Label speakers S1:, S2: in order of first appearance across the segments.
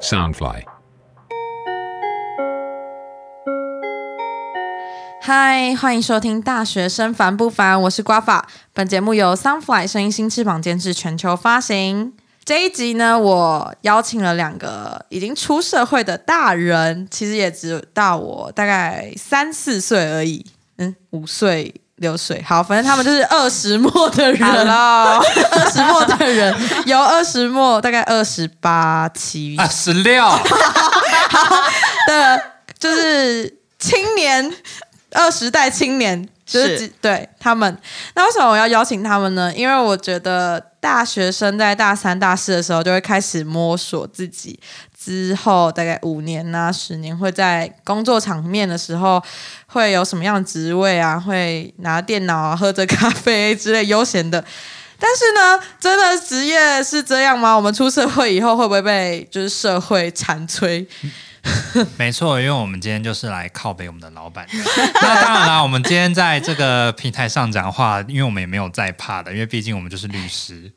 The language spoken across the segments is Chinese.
S1: Soundfly.
S2: 嗨，欢迎收听《大学生烦不烦》，我是瓜法。本节目由 Sunfly 声音新翅膀监制，全球发行。这一集呢，我邀请了两个已经出社会的大人，其实也只大我大概三四岁而已，嗯，五岁六岁，好，反正他们就是二十末的人了， 二十末的人，由二十末大概二十八七
S3: 啊，十六，
S2: 的，就是青年二十代青年，就是
S4: 是
S2: 几对他们。那为什么我要邀请他们呢？因为我觉得大学生在大三、大四的时候就会开始摸索自己，之后大概五年呐、十年会在工作场面的时候会有什么样的职位啊？会拿电脑啊，喝着咖啡之类悠闲的。但是呢，真的职业是这样吗？我们出社会以后会不会被就是社会 缠催？
S3: 没错，因为我们今天就是来靠北我们的 老板。那当然啦，我们今天在这个平台上讲话，因为我们也没有在怕的，因为毕竟我们就是律师。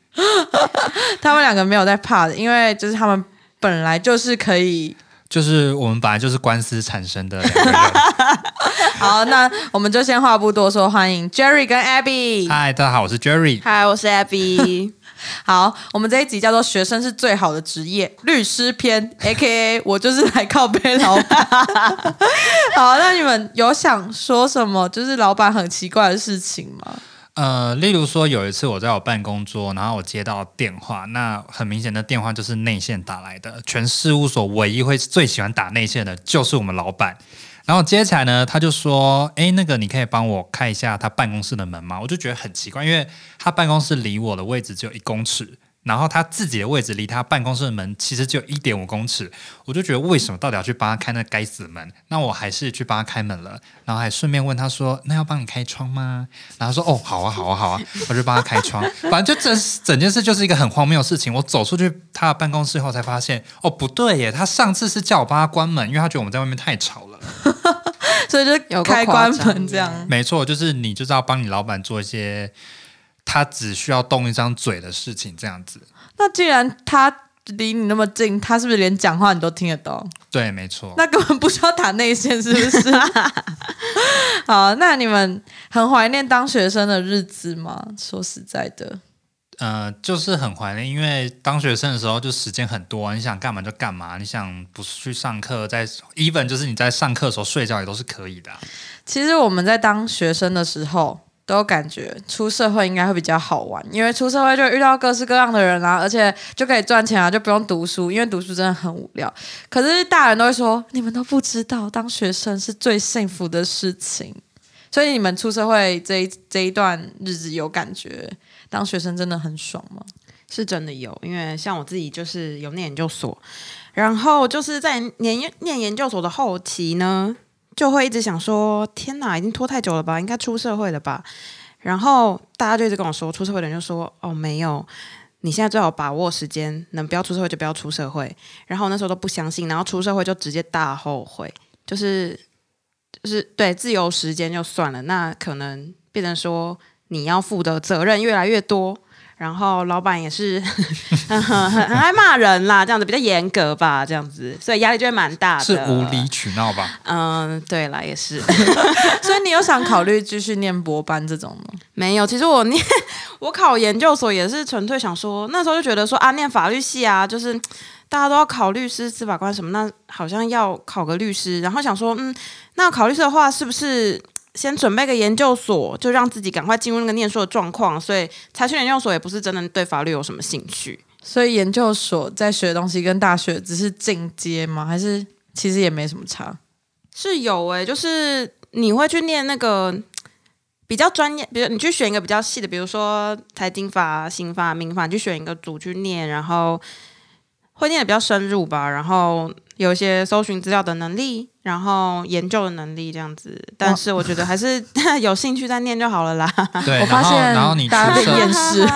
S2: 他们两个没有在怕的，因为就是他们本来就是可以。
S3: 就是我们本来就是官司产生的两个人。
S2: 好，那我们就先话不多说，欢迎 Jerry 跟 Abby。
S3: 嗨，大家好，我 是 Jerry。
S4: 嗨，我是 Abby。
S2: 好，我们这一集叫做“学生是最好的职业”律师篇，A K A 我就是来靠背老板。好，那你们有想说什么就是老板很奇怪的事情吗？
S3: 呃，例如说有一次我在我办公桌，然后我接到电话，那很明显的电话就是内线打来的，全事务所唯一会最喜欢打内线的就是我们老板。然后接起来呢，他就说：“哎，那个你可以帮我开一下他办公室的门吗？”我就觉得很奇怪，因为他办公室离我的位置只有一公尺，然后他自己的位置离他办公室的门其实只有一点五公尺，我就觉得为什么到底要去帮他开那该死的门？那我还是去帮他开门了，然后还顺便问他说：“那要帮你开窗吗？”然后他说：“哦，好啊，好啊，好啊。”我就帮他开窗， 反正就整整件事就是一个很荒谬的事情。我走出去他的办公室后才发现，哦，不对耶，他上次是叫我帮他关门，因为他觉得我们在外面太吵了。
S2: 所以就
S4: 有够
S2: 开关
S4: 夸张
S2: 门这样。
S3: 没错，就是你就是要帮你老板做一些他只需要动一张嘴的事情，这样子。
S2: 那既然他离你那么近，他是不是连讲话你都听得懂？
S3: 对，没错。
S2: 那根本不需要打内线，是不是？好，那你们很怀念当学生的日子吗？说实在的，
S3: 呃，就是很怀念，因为当学生的时候就时间很多，你想干嘛就干嘛，你想不去上课，在 even 就是你在上课的时候睡觉也都是可以的啊、
S2: 其实我们在当学生的时候，都感觉出社会应该会比较好玩，因为出社会就遇到各式各样的人啊，而且就可以赚钱啊，就不用读书，因为读书真的很无聊。可是大人都会说，你们都不知道，当学生是最幸福的事情。所以你们出社会这一这一段日子有感觉当学生真的很爽吗？
S4: 是真的有，因为像我自己就是有念研究所，然后就是在念念研究所的后期呢，就会一直想说，天哪，已经拖太久了吧，应该出社会了吧。然后大家就一直跟我说，出社会的人就说，哦，没有，你现在最好把握时间，能不要出社会就不要出社会。然后我那时候都不相信，然后出社会就直接大后悔，就是就是对自由时间就算了，那可能变成说你要负的责任越来越多，然后老板也是 很很很爱骂人啦，这样子比较严格吧，这样子，所以压力就会蛮大
S2: 啊
S4: 的。
S3: 是无理。取闹吧？
S4: 嗯，对啦，也是
S2: 所以你有想考虑继续念博班这种吗？
S4: 没有。其实我念 我考研究所也是纯粹想说，那时候就觉得说啊，念法律系啊，就是大家都要考律师、司法官什么，那好像要考个律师，然后想说，嗯，那考律师的话，是不是先准备个研究所，就让自己赶快进入那个念书的状况？所以才去研究所，也不是真的对法律有什么兴趣。
S2: 所以研究所在学的东西跟大学只是进阶吗？还是其实也没什么差？
S4: 是有诶、就是你会去念那个比较专业，比如你去选一个比较细的，比如说财经法、刑法、民法，你去选一个组去念，然后会念的比较深入吧，然后有一些搜寻资料的能力，然后研究的能力这样子。但是我觉得还是 有兴趣再念就好了啦。
S3: 对，
S2: 啊我发
S3: 然后
S2: 现
S3: 然后你出
S2: 大家啊被
S3: 社
S2: 厌世，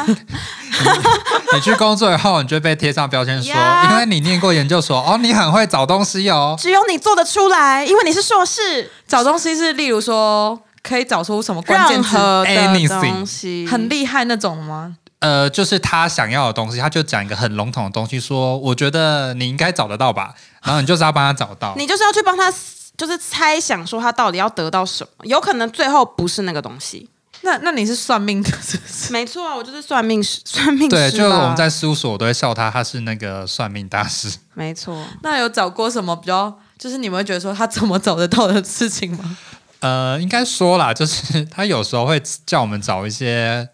S3: 你去工作以后，你就被贴上标 签说，
S4: 呀
S3: 因为你念过研究所，哦，你很会找东西哦。
S4: 只有你做得出来，因为你是硕士，
S2: 找东西是例如说可以找出什么关键
S4: 任
S2: 词
S4: 何的
S3: 哎 anything
S4: 东西
S2: 很厉害那种吗？
S3: 呃，就是他想要的东西，他就讲一个很笼统的东西，说我觉得你应该找得到吧，然后你就是要帮他找到。
S4: 你就是要去帮他，就是猜想说他到底要得到什么，有可能最后不是那个东西。
S2: 那那你是算命的，是不是？
S4: 没错，啊我就是算命师， 算命师啊
S3: 对，就是
S4: 吧
S3: 我们在事务所，我都会笑他，他是那个算命大师。
S4: 没错，
S2: 那有找过什么比较，就是你们会觉得说他怎么找得到的事情吗？
S3: 呃，应该说啦，就是他有时候会叫我们找一些，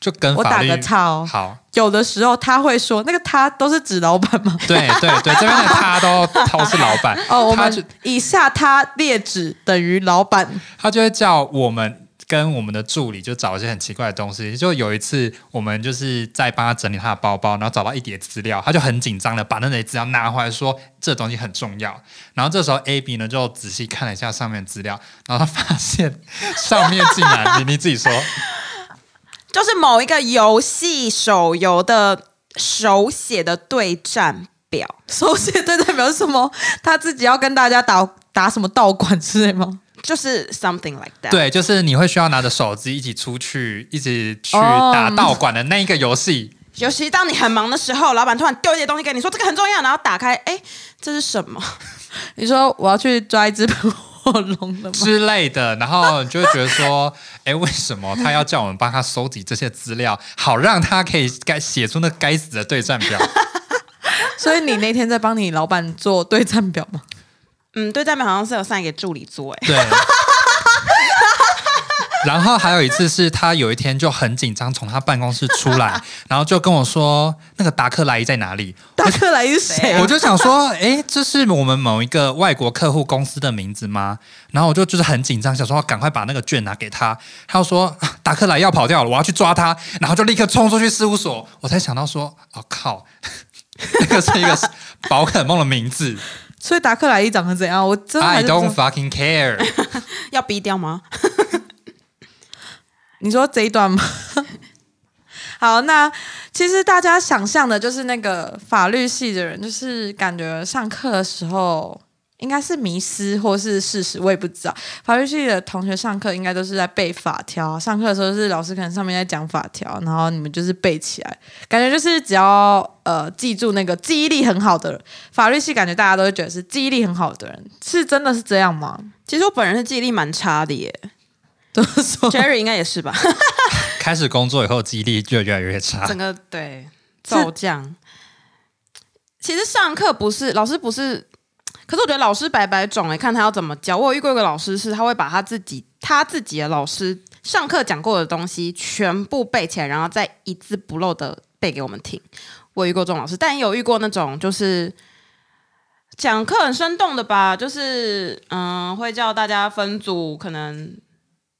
S3: 就跟
S2: 我
S3: 法
S2: 打
S3: 律
S2: 个岔哦，
S3: 好，
S2: 有的时候他会说，那个他都是指老板吗？
S3: 对对对，这边的他都他是老板，
S2: 哦，我
S3: 他就
S2: 们以下他列指等于老板，
S3: 他就会叫我们跟我们的助理就找一些很奇怪的东西。就有一次，我们就是在帮他整理他的包包，然后找到一叠资料，他就很紧张的把那叠资料拿回来说这东西很重要。然后这时候 A B 呢就仔细看了一下上面的资料，然后他发现上面竟然你你自己说
S4: 就是某一个游戏手游的手写的对战表，
S2: 手写对代表什么？他自己要跟大家打打什么道馆之类吗？
S4: 就是 something like that。，
S3: 对，就是你会需要拿着手机一起出去，一起去
S2: 哦
S3: 打道馆的那一个游戏。
S4: 尤其当你很忙的时候，老板突然丢一些东西给你，说这个很重要，然后打开，哎，这是什么？
S2: 你说我要去抓一只火龙了吗？
S3: 之类的，然后你就会觉得说，哎，为什么他要叫我们帮他收集这些资料，好让他可以该写出那该死的对战表？
S2: 所以你那天在帮你老板做对战表吗？
S4: 嗯，对战表好像是有上一个助理做，哎，
S3: 对。然后还有一次是他有一天就很紧张，从他办公室出来，然后就跟我说那个达克莱伊在哪里？
S2: 大克莱是谁啊
S3: 我？就想说，哎，这是我们某一个外国客户公司的名字吗？然后我就就是很紧张，想说赶快把那个卷拿给他。他就说 啊达克莱要跑掉了，我要去抓他，然后就立刻冲出去事务所。我才想到说，哦靠， 那个是一个 宝可梦的名字
S2: 所以达克莱伊长得怎样？我真的啊还
S3: ，I
S2: 是不知
S3: don't
S2: 道
S3: fucking care。
S4: 要逼掉吗？
S2: 你说这一段吗？ 好，那其实大家想象的就是那个法律系的人，就是感觉上课的时候应该是迷失或是事实，我也不知道。法律系的同学上课应该都是在背法条，啊上课的时候是老师可能上面在讲法条，然后你们就是背起来，感觉就是只要呃记住那个记忆力很好的人法律系，感觉大家都会觉得是记忆力很好的人，是真的是这样吗？
S4: 其实我本人是记忆力蛮差 的耶
S2: 都说
S4: ，Jerry 应该也是吧？
S3: 开始工作以后，记忆力就越来越差
S4: 整。个对骤降。其实上课不是老师不是，可是我觉得老师百百种哎、看他要怎么教。我有遇过一个老师是，他会把他自己他自己的老师上课讲过的东西全部背起来，然后再一字不漏的背给我们听。我有遇过这种老师，但也有遇过那种就是讲课很生动的吧，就是嗯，会叫大家分组，可能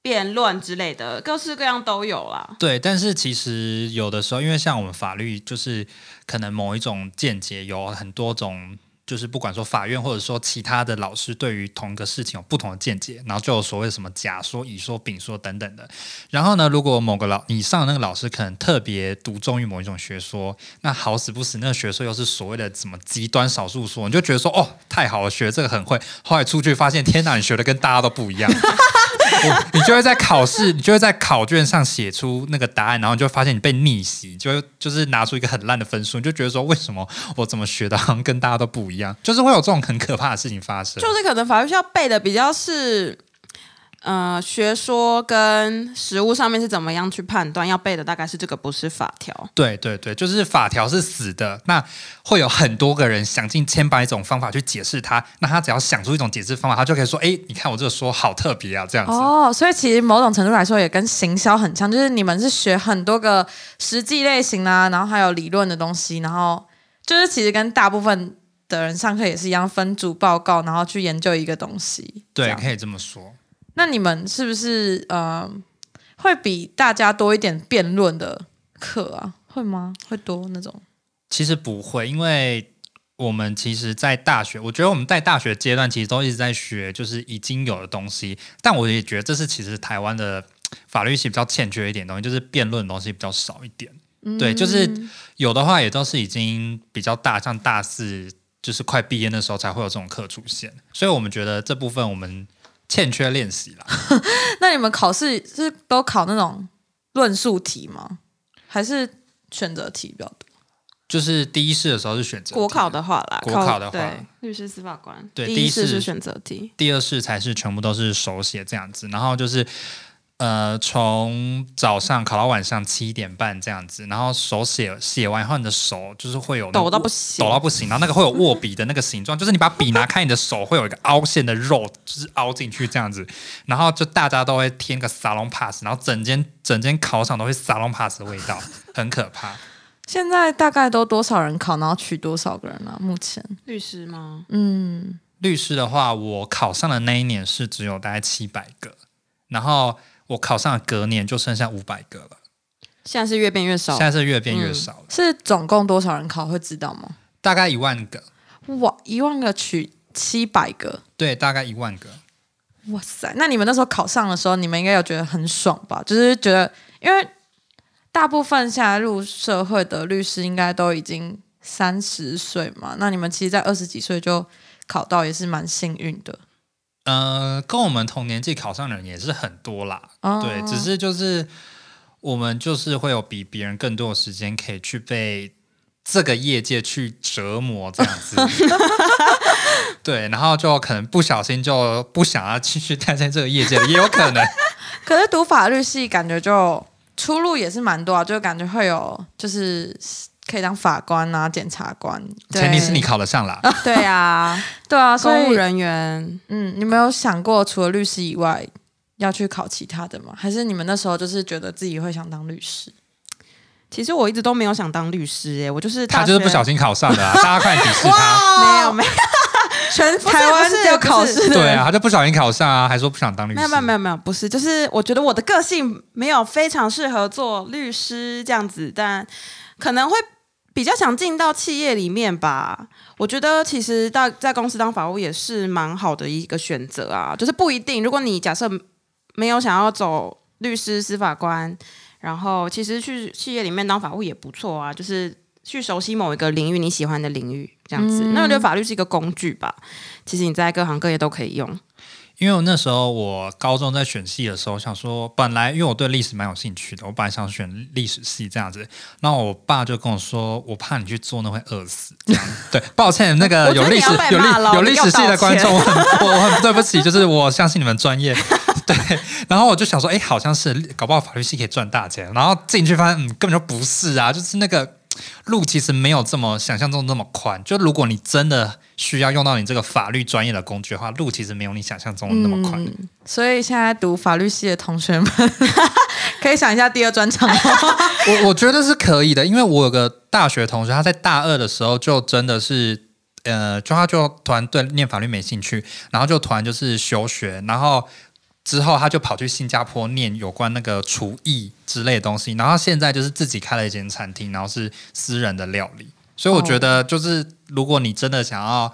S4: 辩论之类的，各式各样都有啦。
S3: 对，但是其实有的时候，因为像我们法律，就是可能某一种见解有很多种，就是不管说法院或者说其他的老师对于同一个事情有不同的见解，然后就有所谓什么甲说、乙说、丙说等等的。然后呢，如果某个老你上的那个老师可能特别独重于某一种学说，那好死不死那个学说又是所谓的什么极端少数说，你就觉得说哦太好了，学这个很会。后来出去发现，天哪，你学的跟大家都不一样。我你就会在考试，你就会在考卷上写出那个答案，然后你就会发现你被逆袭，就会就是拿出一个很烂的分数，你就觉得说为什么我怎么学的好像跟大家都不一样，就是会有这种很可怕的事情发生。
S4: 就是可能法律系要背的比较是，呃，学说跟实务上面是怎么样去判断，要背的大概是这个，不是法条。
S3: 对对对，就是法条是死的，那会有很多个人想尽千百种方法去解释它，那他只要想出一种解释方法，他就可以说，哎，你看我这个说好特别啊，这样子。
S2: 哦，所以其实某种程度来说也跟行销很像，就是你们是学很多个实际类型啦，然后还有理论的东西，然后就是其实跟大部分的人上课也是一样，分组报告，然后去研究一个东西。这
S3: 对，
S2: 样
S3: 可以这么说。
S2: 那你们是不是呃会比大家多一点辩论的课啊？会吗？会多那种？
S3: 其实不会，因为我们其实，在大学，我觉得我们在大学阶段其实都一直在学，就是已经有的东西。但我也觉得这是其实台湾的法律系比较欠缺一点东西，就是辩论的东西比较少一点。
S4: 嗯
S3: 对，就是有的话也都是已经比较大，像大四就是快毕业的时候才会有这种课出现，所以我们觉得这部分我们欠缺练习啦。
S2: 那你们考试是都考那种论述题吗？还是选择题比较多？
S3: 就是第一试的时候是选择
S4: 国
S3: 题
S4: 考，的话啦，
S3: 国考的话
S4: 对律师、司法官，
S3: 对
S4: 第
S3: 第
S4: 一
S3: 一
S4: 次
S3: 次
S4: 是选择题，
S3: 第二试才是全部都是手写这样子，然后就是。呃，从早上考到晚上七点半这样子，然后手写写完以后，你的手就是会有那个
S4: 抖到不行
S3: 抖到不行，然后那个会有握笔的那个形状，就是你把笔拿开，你的手会有一个凹陷的肉，就是凹进去这样子，然后就大家都会贴个沙龙 pass，然后整间整间考场都会沙龙 pass 的味道，很可怕。
S2: 现在大概都多少人考，然后取多少个人啊？目前，
S4: 律师吗？
S2: 嗯，
S3: 律师的话，我考上的那一年是只有大概七百个，然后我考上的隔年就剩下五百个了，
S4: 现在是越变越少
S3: 现，在是越变越少了，
S2: 是总共多少人考会知道吗？
S3: 大概一万个，
S2: 哇，一万个取七百个，
S3: 对，大概一万个。
S2: 哇塞！那你们那时候考上的时候，你们应该有觉得很爽吧？就是觉得，因为大部分现在入社会的律师应该都已经三十岁嘛，那你们其实，在二十几岁就考到，也是蛮幸运的。
S3: 呃，跟我们同年纪考上的人也是很多啦，
S2: 哦
S3: 对，只是就是我们就是会有比别人更多的时间可以去被这个业界去折磨 这样子，对，然后就可能不小心就不想要继续待在这个业界了，也有可能。
S2: 可是读法律系，感觉就出路也是蛮多啊，就感觉会有就是可以当法官啊、检察官。 对
S3: 前提是你考得上啦。
S4: 对啊，
S2: 对啊，所
S4: 公务
S2: 以
S4: 人员
S2: 嗯，你们有想过除了律师以外要去考其他的吗？还是你们那时候就是觉得自己会想当律师？
S4: 其实我一直都没有想当律师、欸，我就是大
S3: 他就是
S4: 学
S3: 不小心考上的、啊，大家快点鄙 视他。
S4: 没有没 有
S2: 全台湾
S4: 不是
S2: 要考
S4: 不是
S2: 试的
S3: 对
S2: 人，
S3: 啊，他就不小心考上啊，还说不想当律师。
S4: 没有没有没有没有，不是，就是我觉得我的个性没有非常适合做律师这样子，但可能会比较想进到企业里面吧。我觉得其实到在公司当法务也是蛮好的一个选择啊，就是不一定，如果你假设没有想要走律师、司法官，然后其实去企业里面当法务也不错啊，就是去熟悉某一个领域你喜欢的领域这样子。那我觉得法律是一个工具吧，其实你在各行各业都可以用。
S3: 因为我那时候我高中在选系的时候，想说本来因为我对历史蛮有兴趣的，我本来想选历史系这样子，然后我爸就跟我说，我怕你去做那会饿 死。这样对，抱歉，那个
S4: 我觉
S3: 有
S4: 得
S3: 历
S4: 你要
S3: 史
S4: 被
S3: 有
S4: 骂咯
S3: 历有历史系
S4: 你要道
S3: 的
S4: 歉
S3: 观众，我很我我很对不起，就是我相信你们专 业。对，然后我就想说，哎，好像是搞不好法律系可以赚大钱，然后进去发现，嗯，根本就不是啊，就是那个路其实没有这么想象中那么宽。就如果你真的需要用到你这个法律专业的工具的话，路其实没有你想象中的那么宽。
S2: 所以现在读法律系的同学们， 可以想一下第二专场哦。
S3: 我我觉得是可以的，因为我有个大学同学，他在大二的时候就真的是，呃，就他就突然对念法律没兴趣，然后就突然就是休学，然后之后他就跑去新加坡念有关那个厨艺之类的东西，然后现在就是自己开了一间餐厅，然后是私人的料理，所以我觉
S2: 哦
S3: 得就是如果你真的想要，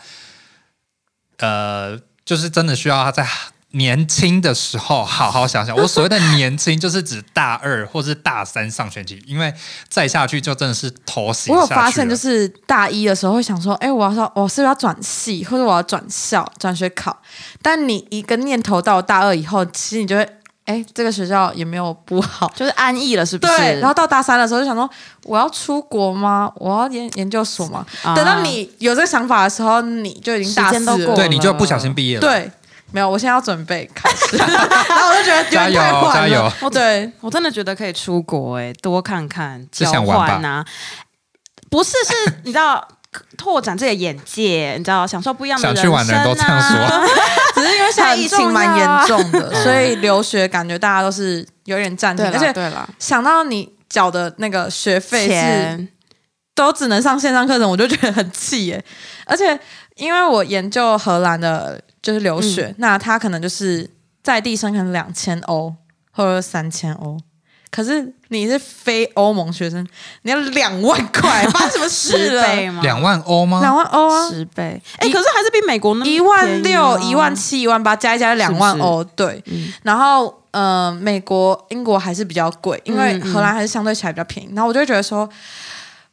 S3: 呃，就是真的需要他在年轻的时候好好想想。我所谓的年轻，就是指大二或是大三上学期，因为再下去就真的是头洗
S2: 我有
S3: 下
S2: 发
S3: 去
S2: 现，就
S3: 了。
S2: 是大一的时候会想说，哎、我要说我是不是要转系，或者我要转校、转学考。但你一个念头到大二以后，其实你就会，哎、这个学校也没有不 好。
S4: 就是安逸了，是不是？
S2: 对，然后到大三的时候就想说，我要出国吗？我要研研究所吗？
S4: 啊
S2: 等到你有这个想法的时候，你就已经大四
S4: 时间都
S2: 了
S4: 过
S3: 对，你就不小心毕业了。，
S2: 对，没有，我现在要准备开始，然后我就觉得有点太晚了。
S3: 加油加油
S2: 哦，对，
S4: 我真的觉得可以出国哎、多看看，
S3: 是
S4: 交
S3: 想玩吧
S4: 换啊，不是是，你知道。拓展自己的眼界，你知道，享受不一样的
S3: 想
S4: 人
S3: 去
S4: 生、啊、
S3: 玩的人都这样说。
S2: 只是因为现在疫情蛮严重的，
S3: 啊
S2: 所以留学感觉大家都是有点暂停，
S4: 对
S2: 而
S4: 了，
S2: 且
S4: 对了，
S2: 想到你缴的那个学费是
S4: 钱
S2: 都只能上线上课程， 我就觉得很气耶。而且因为我研究荷兰的，就是留学，
S4: 嗯
S2: 那他可能就是在地生可能两千欧或者三千欧。可是你是非欧盟学生，你要两万 块，发生什么事
S4: 十
S2: 了？
S4: 倍吗？
S3: 两万欧
S2: 两
S3: 吗？
S2: 万欧啊，
S4: 十倍，哎、可是还是比美国那么
S2: 一万
S4: 便宜啊
S2: 六、一万七、一万八，加一加两万欧，对。
S4: 嗯
S2: 然后呃，美国、英国还是比较贵，因为
S4: 嗯嗯
S2: 荷兰还是相对起来比较便宜。然后我就会觉得说，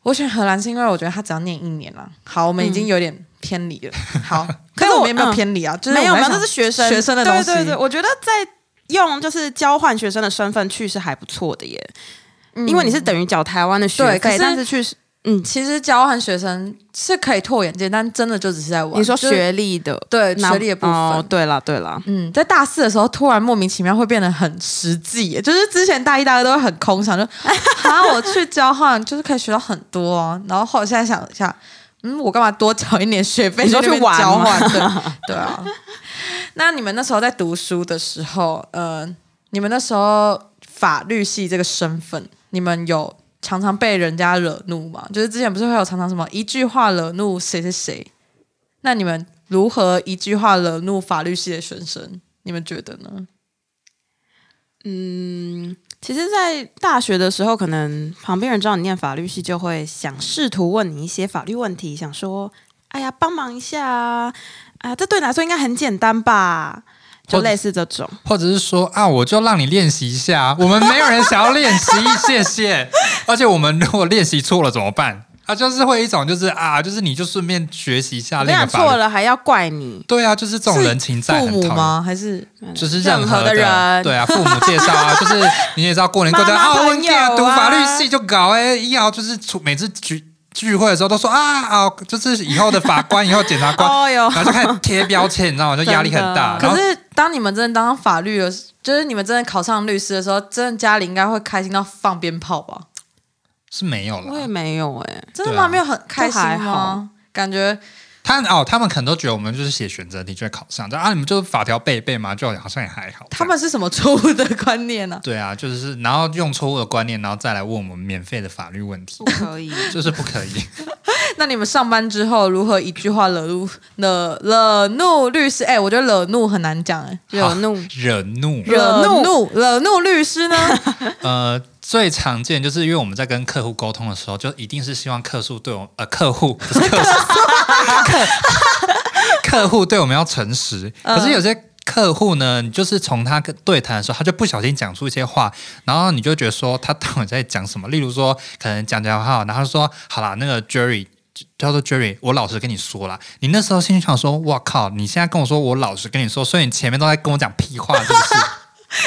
S2: 我选荷兰是因为我觉得他只要念一年了。好，我们已经有点偏离了。 好，
S4: 可
S2: 可
S4: 是
S2: 是我
S4: 我
S2: 们也没有
S4: 嗯
S2: 偏离啊，就是
S4: 没有
S2: 我
S4: 没
S2: 们
S4: 有，
S2: 在想
S4: 这是学生
S2: 学生的东西。
S4: 对对对，我觉得在用就是交换学生的身份去是还不错的耶。因为你是等于缴台湾的
S2: 嗯
S4: 学
S2: 对可
S4: 费，
S2: 是
S4: 但是去嗯，
S2: 其实交换学生是可以拓眼界，但真的就只是在玩。
S4: 你说
S2: 就是
S4: 学历的
S2: 对
S4: 拿
S2: 学历的部分，
S4: 哦，对了对了，
S2: 嗯，在大四的时候，突然莫名其妙会变得很实际耶，就是之前大一、大二都会很空 想，就啊，我去交换就是可以学到很多、啊。然后后来现在想一下，嗯，我干嘛多缴一年学费
S4: 你说
S2: 那边
S4: 去玩
S2: 交
S4: 吗
S2: 换？ 对对啊。那你们那时候在读书的时候，呃，你们那时候法律系这个身份，你们有常常被人家惹怒吗？就是之前不是会有常常什么一句话惹怒谁谁谁？那你们如何一句话惹怒法律系的学生？你们觉得呢？
S4: 其实，在大学的时候，可能旁边人知道你念法律系，就会想试图问你一些法律问题，想说：“哎呀，帮忙一下啊！啊，这对你来说应该很简单吧？”
S3: 或者
S4: 就类似这种，
S3: 或者是说啊，我就让你练习一下，啊我们没有人想要练 习，谢谢。而且我们如果练习错了怎么办？啊，就是会有一种就是啊，就是你就顺便学习一下
S4: 我
S3: 练
S4: 讲
S3: 个法律
S4: 啊错了还要怪你，
S3: 对啊，就是这种
S2: 是
S3: 人情债
S2: 父
S3: 很
S2: 母
S3: 讨厌。啊
S2: 吗？还是
S3: 就是任
S4: 任何的人
S3: 对啊，父母介绍 啊，就是你也知道，过年过节
S4: 妈妈
S3: 啊，
S4: 朋
S3: 我
S4: 友
S3: 念读
S4: 啊
S3: 法律系就搞哎，一要就是出每次聚聚会的时候都说啊啊，就是以后的法官，以后检察官，
S4: 哦哟
S3: 然，后就开始贴标签，你知道吗？就压力很 大。然
S4: 真
S2: 可
S3: 后
S2: 是当你们真的当上法律的，就是你们真的考上律师的时候，真的家里应该会开心到放鞭炮吧？
S3: 是没有
S4: 我也
S3: 了，
S4: 没有哎、
S2: 真的
S3: 对
S2: 吗？
S3: 啊
S2: 没有很开心
S4: 就还好
S2: 吗？感觉
S3: 他哦，他们可能都觉得我们就是写选择题就会考上，就啊，你们就是法条背一背嘛，就好像也还好。
S2: 他们是什么错误的观念呢、
S3: 对啊，就是然后用错误的观念，然后再来问我们免费的法律问题
S4: 不，可以。
S3: 就是不可以。
S2: 那你们上班之后如何一句话惹怒惹惹怒律师？哎、我觉得惹怒很难讲哎、
S4: 惹 怒
S3: 好啊惹怒，
S4: 惹怒
S2: 怒惹怒律师呢？
S3: 呃，最常见就是因为我们在跟客户沟通的时候，就一定是希望客诉对我呃客户 不是 客诉客客户对我们要诚实，
S4: 嗯
S3: 可是有些。客户呢，你就是从他跟对谈的时候，他就不小心讲出一些话，然后你就觉得说他到底在讲什么？例如说，可能讲讲话，然后他说好啦，那个 Jerry 叫做 Jerry，我老实跟你说啦，你那时候心里想说，哇靠，你现在跟我说我老实跟你说，所以你前面都在跟我讲屁话，是不 是？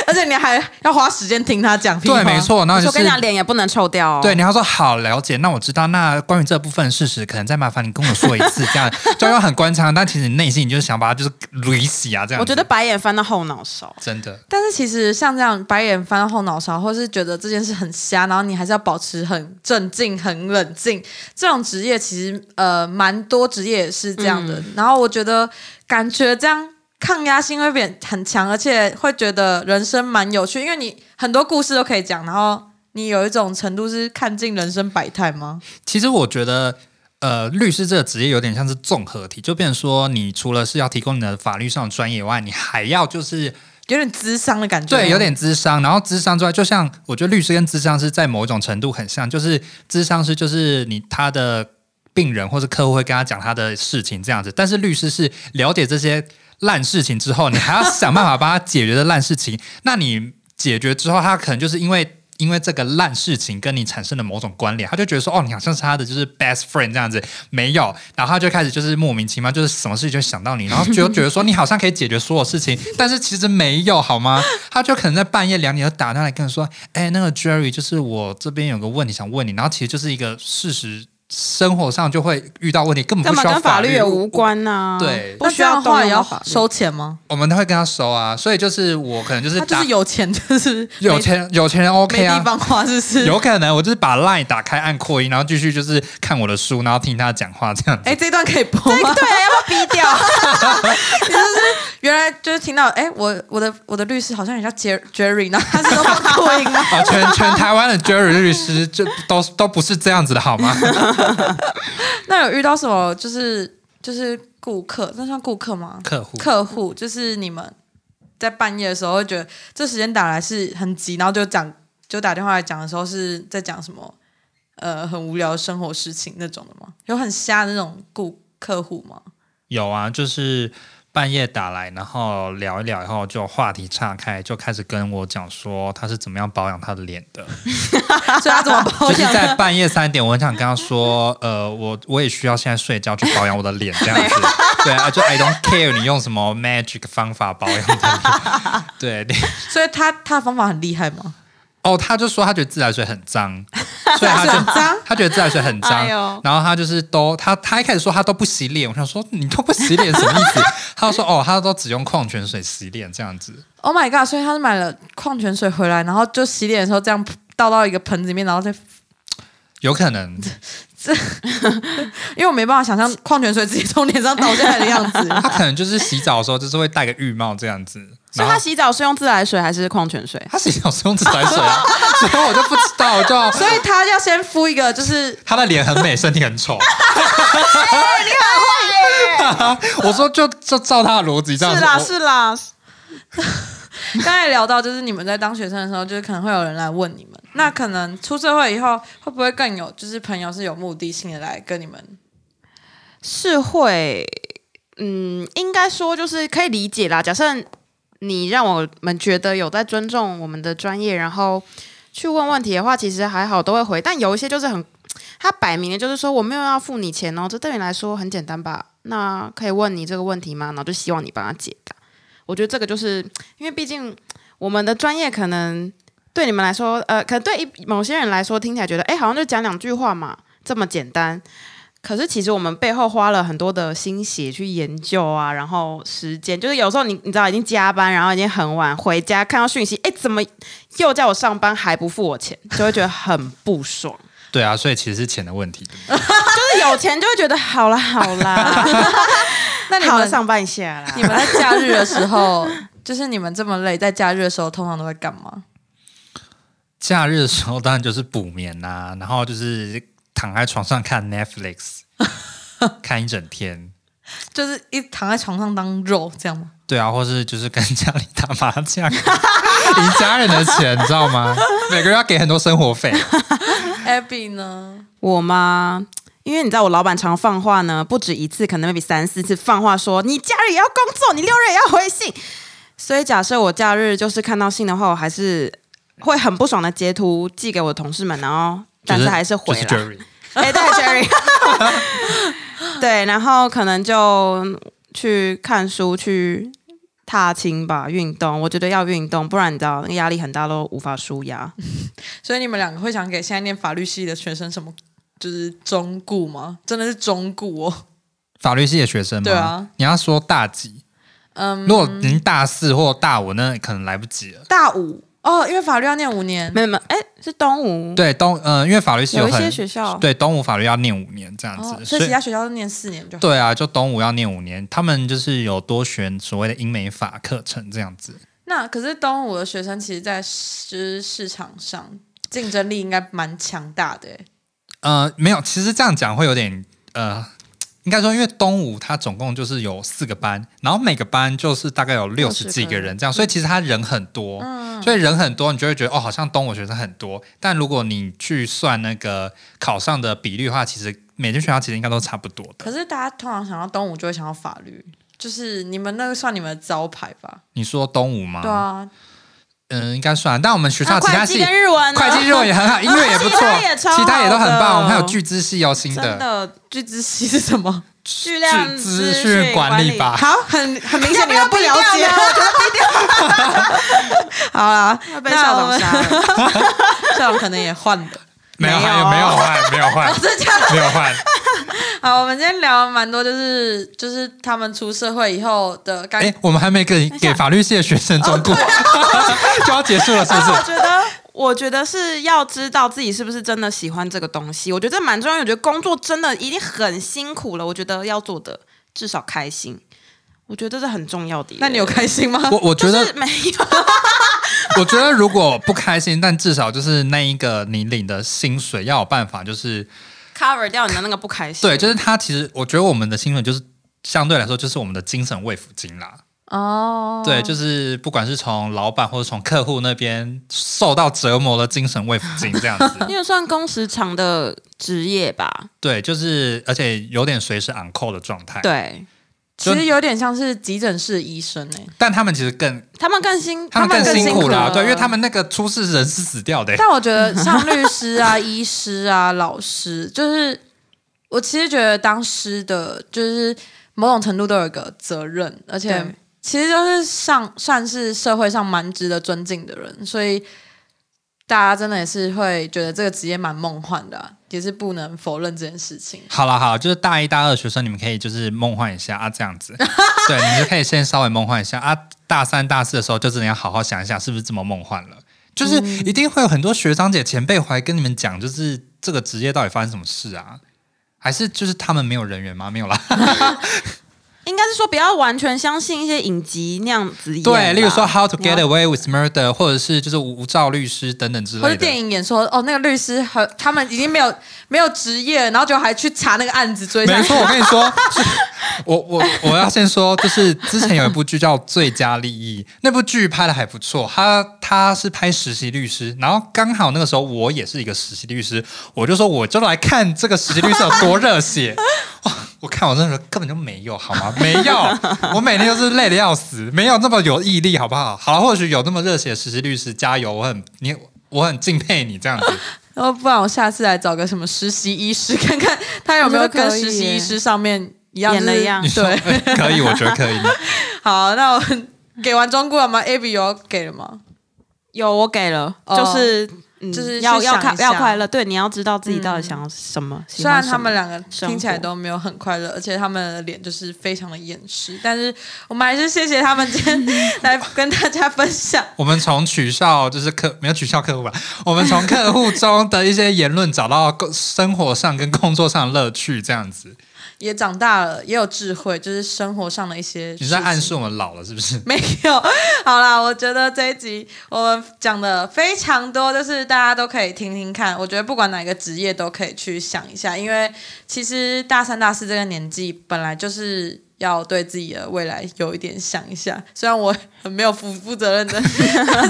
S2: 而且你还要花时间听他讲屁话。
S3: 对，没。错，然后
S4: 我
S3: 就
S4: 说
S3: 是
S4: 跟你讲，脸也不能臭掉哦。
S3: 对，你要说好了解，那我知道。那关于这部分事实，可能再麻烦你跟我说一次，这样 就要很官腔，但其实你内心你就是想把它就是捋洗啊，这样子。
S4: 我觉得白眼翻到后脑勺。
S3: 真的
S2: 但是其实像这样白眼翻后脑勺，或是觉得这件事很瞎，然后你还是要保持很镇静、很冷静。这种职业其实呃蛮多职业也是这样
S3: 嗯
S2: 的。然后我觉得感觉这样抗压性会变很强，而且会觉得人生蛮有趣，因为你很多故事都可以讲，然后你有一种程度是看尽人生百态吗？
S3: 其实我觉得，呃，律师这个职业有点像是综合体，就变成说，你除了是要提供你的法律上的专业以外，你还要就是
S2: 有点智商的感觉，
S3: 对有点智商，然后智商之外，就像我觉得律师跟智商是在某一种程度很像，就是智商是就是你他的病人或是客户会跟他讲他的事情这样子，但是律师是了解这些烂事情之后，你还要想办法帮他解决这烂事情。 那你解决之后，他可能就是因为因为这个烂事情跟你产生了某种关联，他就觉得说，哦，你好像是他的就是 best friend 这样子，没有，然后他就开始就是莫名其妙，就是什么事情就想到你，然后就觉得说你好像可以解决所有事情，但是其实没有，好吗？他就可能在半夜两点就打电话来跟你说，哎，那个 Jerry，就是我这边有个问题想问你，然后其实就是一个事实。生活上就会遇到问题，根本
S4: 干
S3: 不
S4: 嘛
S3: 需要
S4: 跟法律
S3: 律
S4: 也无关呐、
S3: 对
S4: 不
S2: 那
S4: 需
S2: 这
S4: 要
S2: 样的
S4: 动
S2: 话
S4: 用
S2: 也
S4: 到
S2: 要
S4: 法律
S2: 收钱吗？
S3: 我们都会跟他收啊，所以就是我可能就是
S2: 他就
S3: 打
S2: 是有钱，就是
S3: 有
S2: 没
S3: 钱人有钱人 OK
S2: 没
S3: 啊
S2: 地，方花，是不是？
S3: 有可能我就是把 Line 打开按扩音，然后继续就是看我的书，然后听他讲话这样子。
S2: 哎，这一段可以播吗？
S4: 对，要不要 逼掉？
S2: 原来就是听到，哎，我我的我的律师好像也叫 Jer- Jerry，然后他是都放扩 音啊。
S3: 啊，全全台湾的 Jerry 律师就都都不是这样子的好吗？
S2: 那有遇到什么就是就是顾客，那算顾客吗？
S3: 客户
S2: 客户就是你们在半夜的时候会觉得这时间打来是很急，然后就讲就打电话来讲的时候是在讲什么呃很无聊的生活事情那种的吗？有很瞎的那种顾客户 吗？
S3: 有啊，就是半夜打来，然后聊一聊以后，就话题岔开，就开始跟我讲说他是怎么样保养他的脸的。
S2: 所以他怎么保
S3: 就是
S2: 养的？
S3: 在半夜三点，我很想跟他说，呃，我我也需要现在睡觉去保养我的脸这样子。 对啊，就 I don't care 你用什么 magic 方法保养的脸。对，
S2: 所以他他的方法很厉害吗？
S3: 哦，他就说他觉得自来水很脏，所以他
S2: 自来
S3: 就
S2: 水很脏
S3: 他觉得自来水很脏，
S4: 哎呦
S3: 然后他就是都他他一开始说他都不洗脸，我想说你都不洗脸什么意思？他就说哦，他都只用矿泉水洗脸这样子，
S2: Oh my god！所以他是买了矿泉水回来，然后就洗脸的时候这样 倒到一个盆子里面，然后再，
S3: 有可能
S2: 因为我没办法想象矿泉水直接从脸上倒下来的样子。
S3: 他可能就是洗澡的时候就是会戴个浴帽这样子，
S4: 所
S3: 然
S4: 以
S3: 后
S4: 他洗澡是用自来水还是矿泉水？
S3: 他洗澡是用自来水 啊，所以我就不知道，我就
S2: 所以他要先敷一个，就是
S3: 他的脸很美，身体很丑。
S4: 哎
S3: 我说就就照他的逻辑这样
S4: 是
S3: 子，
S4: 啦
S3: 我
S4: 是啦，
S2: 刚才聊到，就是你们在当学生的时候，就是可能会有人来问你们，那可能出社会以后，会不会更有就是朋友是有目的性的来跟你们？
S4: 是会，嗯，应该说就是可以理解啦。假设你让我们觉得有在尊重我们的专业，然后去问问题的话，其实还好都会回。但有一些就是很，他摆明了就是说我没有要付你钱哦，这对你来说很简单吧？那可以问你这个问题吗？然后就希望你帮他解答。我觉得这个就是因为毕竟我们的专业可能对你们来说，呃，可能对一某些人来说听起来觉得，哎，好像就讲两句话嘛，这么简单。可是其实我们背后花了很多的心血去研究啊，然后时间，就是有时候你你知道已经加班，然后已经很晚回家，看到讯息，哎，怎么又叫我上班还不付我钱，就会觉得很不爽。
S3: 对啊，所以其实是钱的问题。
S4: 就是有钱就会觉得好啦好 啦，
S2: 那你
S4: 好了
S2: 们
S4: 上班一下啦。
S2: 你们在假日的时候，就是你们这么累，在假日的时候通常都会干嘛？
S3: 假日的时候当然就是补眠呐、然后就是躺在床上看 Netflix，看一整天。
S2: 就是一躺在床上当肉这样吗？
S3: 对啊，或是就是跟家里打麻将， 赢家人的钱，你知道吗？每个人要给很多生活费。
S2: Abby 呢？
S4: 我吗？因为你知道我老板常放话呢，不止一次，可能 maybe 三四次放话说你假日也要工作，你六日也要回信。所以假设我假日就是看到信的话，我还是会很不爽的截图寄给我的同事们，然后 但是还是回
S3: 就是
S4: 了。
S3: Jerry，
S4: 哎、对 Jerry，对，然后可能就去看书去。踏青吧，运动，我觉得要运动，不然你知道压力很大，都无法舒压。
S2: 所以你们两个会想给现在念法律系的学生什么？就是忠固吗？真的是忠固哦。
S3: 法律系的学生吗？
S2: 对啊，
S3: 你要说大几？
S2: 嗯，
S3: 如果您大四或大五，那可能来不及了。
S2: 大五哦，因为法律要念五年。
S4: 没有没有，哎、是东吴，
S3: 对东，呃，因为法律系
S4: 有一
S3: 很
S4: 些学校
S3: 对东吴法律要念五年这样子，
S2: 哦，所以其他学校都念四年就好。
S3: 对啊，就东吴要念五年，他们就是有多选所谓的英美法课程这样子。
S2: 那可是东吴的学生，其实在市市场上竞争力应该蛮强大的欸。
S3: 呃，没有，其实这样讲会有点呃，应该说，因为东吴它总共就是有四个班，然后每个班就是大概有六十几个人这样，所以其实他人很多，
S4: 嗯
S3: 所以人很多，你就会觉得哦，好像东吴学生很多。但如果你去算那个考上的比率的话，其实每间学校其实应该都差不多的。
S2: 可是大家通常想到东吴，就会想到法律，就是你们那个算你们的招牌吧？
S3: 你说东吴吗？
S2: 对，啊，
S3: 嗯、应该算。但我们学校
S4: 那
S3: 其他
S4: 会
S3: 系
S4: 计。跟日文呢，
S3: 会计日文也很好，音乐也不 错，
S4: 其他也超好的
S3: 其他也都很棒。我们还有巨资系哦，新
S4: 真的
S2: 巨资系是什么？
S4: 巨量
S3: 资
S4: 资
S3: 讯
S4: 讯
S3: 管
S4: 管
S3: 理
S4: 理
S3: 吧。
S2: 好，很很明显你
S4: 你 要
S2: 们
S4: 不
S2: 不了
S4: 要低
S2: 解
S4: 调呢。
S2: 好啦，
S4: 要被校 长杀 了。
S2: 校长可能也换 了。
S3: 没有
S4: 没有
S3: 还有没有换，没有换，
S4: 哦
S3: 没有换。
S2: 好，我们今天聊了蛮多，就是就是他们出社会以后的尴
S3: 哎，我们还没给给法律系的学生中
S4: 哦
S3: 过， 就要结束了，是不
S4: 我
S3: 是？
S4: 觉得，我觉得是要知道自己是不是真的喜欢这个东西，我觉得这蛮重要。我觉得工作真的已经很辛苦了，我觉得要做的至少开心，我觉得这是很重要的耶。
S2: 那你有开心吗？
S3: 我我觉
S4: 就
S3: 得
S4: 是，没有？
S3: 我觉得如果不开心，但至少就是那一个你领的薪水要有办法，就是
S4: cover 掉你的那个不开心。
S3: 对，就是他其实我觉得我们的薪水就是相对来说就是我们的精神慰抚金啦。
S2: 哦，
S3: 对，就是不管是从老板或者从客户那边受到折磨的精神慰抚金这样子。
S4: 因为算工时长的职业吧，
S3: 对，就是而且有点随时 on call 的状态。，
S4: 对
S2: 其实有点像是急诊室医生哎、
S3: 但他们其实更
S4: 他们更辛，
S3: 他们
S4: 更
S3: 辛
S4: 苦啊
S3: 啦，
S4: 了
S3: 对，因为他们那个出事人是死掉 的、
S2: 但我觉得像律师啊、 医师啊、老师，就是我其实觉得当师的，就是某种程度都有一个责任，而且
S4: 对
S2: 其实就是上算是社会上蛮值得尊敬的人，所以。大家真的也是会觉得这个职业蛮梦幻的啊、也是不能否认这件事情。
S3: 好了好啦，就是大一大二学生，你们可以就是梦幻一下啊，这样子，对，你们就可以先稍微梦幻一下啊。大三大四的时候，就真的要好好想一下，是不是这么梦幻了？就是一定会有很多学长姐前辈回来跟你们讲，就是这个职业到底发生什么事啊？还是就是他们没有人员吗？没有啦，
S4: 应该是说不要完全相信一些影集那样子演啦。
S3: 对，例如说《How to
S4: 你要
S3: Get Away with Murder》，或者是就是无照律师等等之
S2: 或
S3: 类
S2: 者电
S3: 的。
S2: 影演说哦，那个律师和他们已经没有没有职业，然后就还去查那个案子追下
S3: 没
S2: 去
S3: 错，我跟你说， 是我我我要先说，就是之前有一部剧叫《最佳利益》，那部剧拍的还不错。他他是拍实习律师，然后刚好那个时候我也是一个实习律师，我就说我就来看这个实习律师有多 热血。哇！我看我那时候根本就没有好吗？没有，我每天就是累的要死，没有那么有毅力好不好？好了，或许有那么热血的实习律师，加油！我很你我很敬佩你这样子。
S2: 然后哦不然我下次来找个什么实习医师，看看他有没有
S4: 我觉得
S2: 跟
S4: 可以
S2: 实习
S4: 耶
S2: 医师上面一样
S4: 演了
S2: 就是
S4: 一样
S3: 你说
S2: 对，
S3: 可以，我觉得可以。
S2: 好，那我们给完中顾了吗？Abby 有给了吗？
S4: 有我给了，
S2: 哦
S4: 就是、嗯
S2: 就是去
S4: 要要
S2: 想
S4: 快
S2: 一下
S4: 要快乐，对，你要知道自己到底想要什么。喜
S2: 虽
S4: 欢
S2: 然
S4: 什
S2: 他
S4: 么
S2: 们两个
S4: 生活
S2: 听起来都没有很快乐，而且他们的脸就是非常的厌世，但是我们还是谢谢他们今天来跟大家分享。
S3: 我们从取笑就是客没有取笑客户吧， 我们从客户中的一些言论找到工生活上跟工作上的乐趣，这样子。
S2: 也长大了，也有智慧，就是生活上的一些。
S3: 你是在暗示我们老了是不 是？
S2: 没有，好啦，我觉得这一集我们讲的非常多，就是大家都可以听听看。我觉得不管哪个职业都可以去想一下，因为其实大三、大四这个年纪本来就是要对自己的未来有一点想一下。虽然我很没有负负责任的，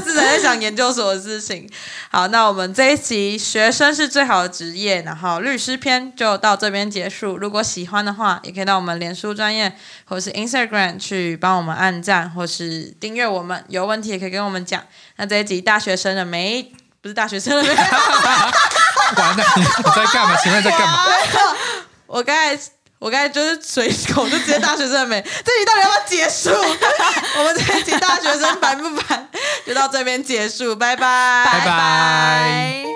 S2: 是在想研究所的事情。好，那我们这一集学生是最好的职业，然后律师篇就到这边结束。如果喜欢的话，也可以到我们脸书专业或是 Instagram 去帮我们按赞或是订阅我们，有问题也可以跟我们讲。那这一集大学生了没？不是大学生了没？
S3: 完了，你你在干嘛？请问你在干嘛？
S2: 我刚才我刚才就是随口就直接大学生了没？这集到底要不要结束？ 我们这一集大学生烦不烦？就到这边结束，拜拜，
S3: 拜拜